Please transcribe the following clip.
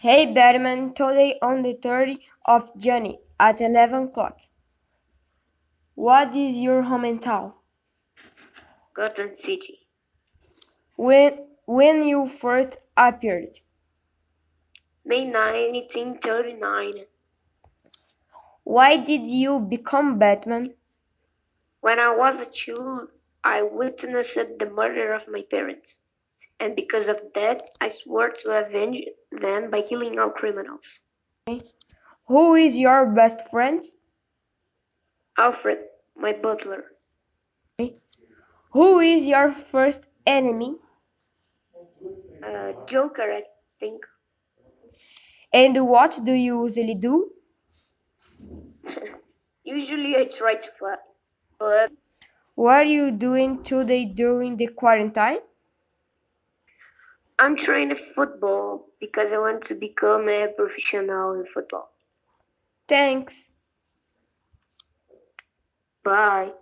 Hey Batman, today on the 30th of June at 11 o'clock. What is your hometown? Gotham City. When, when you first appeared? May 1939. Why did you become Batman? When I was a child, I witnessed the murder of my parents. And because of that, I swore to avenge them by killing all criminals. Who is your best friend? Alfred, my butler. Who is your first enemy? Uh, Joker, I think. And what do you usually do? Usually I try to fly, but What are you doing today during the quarantine? I'm trying football because I want to become a professional in football. Thanks. Bye.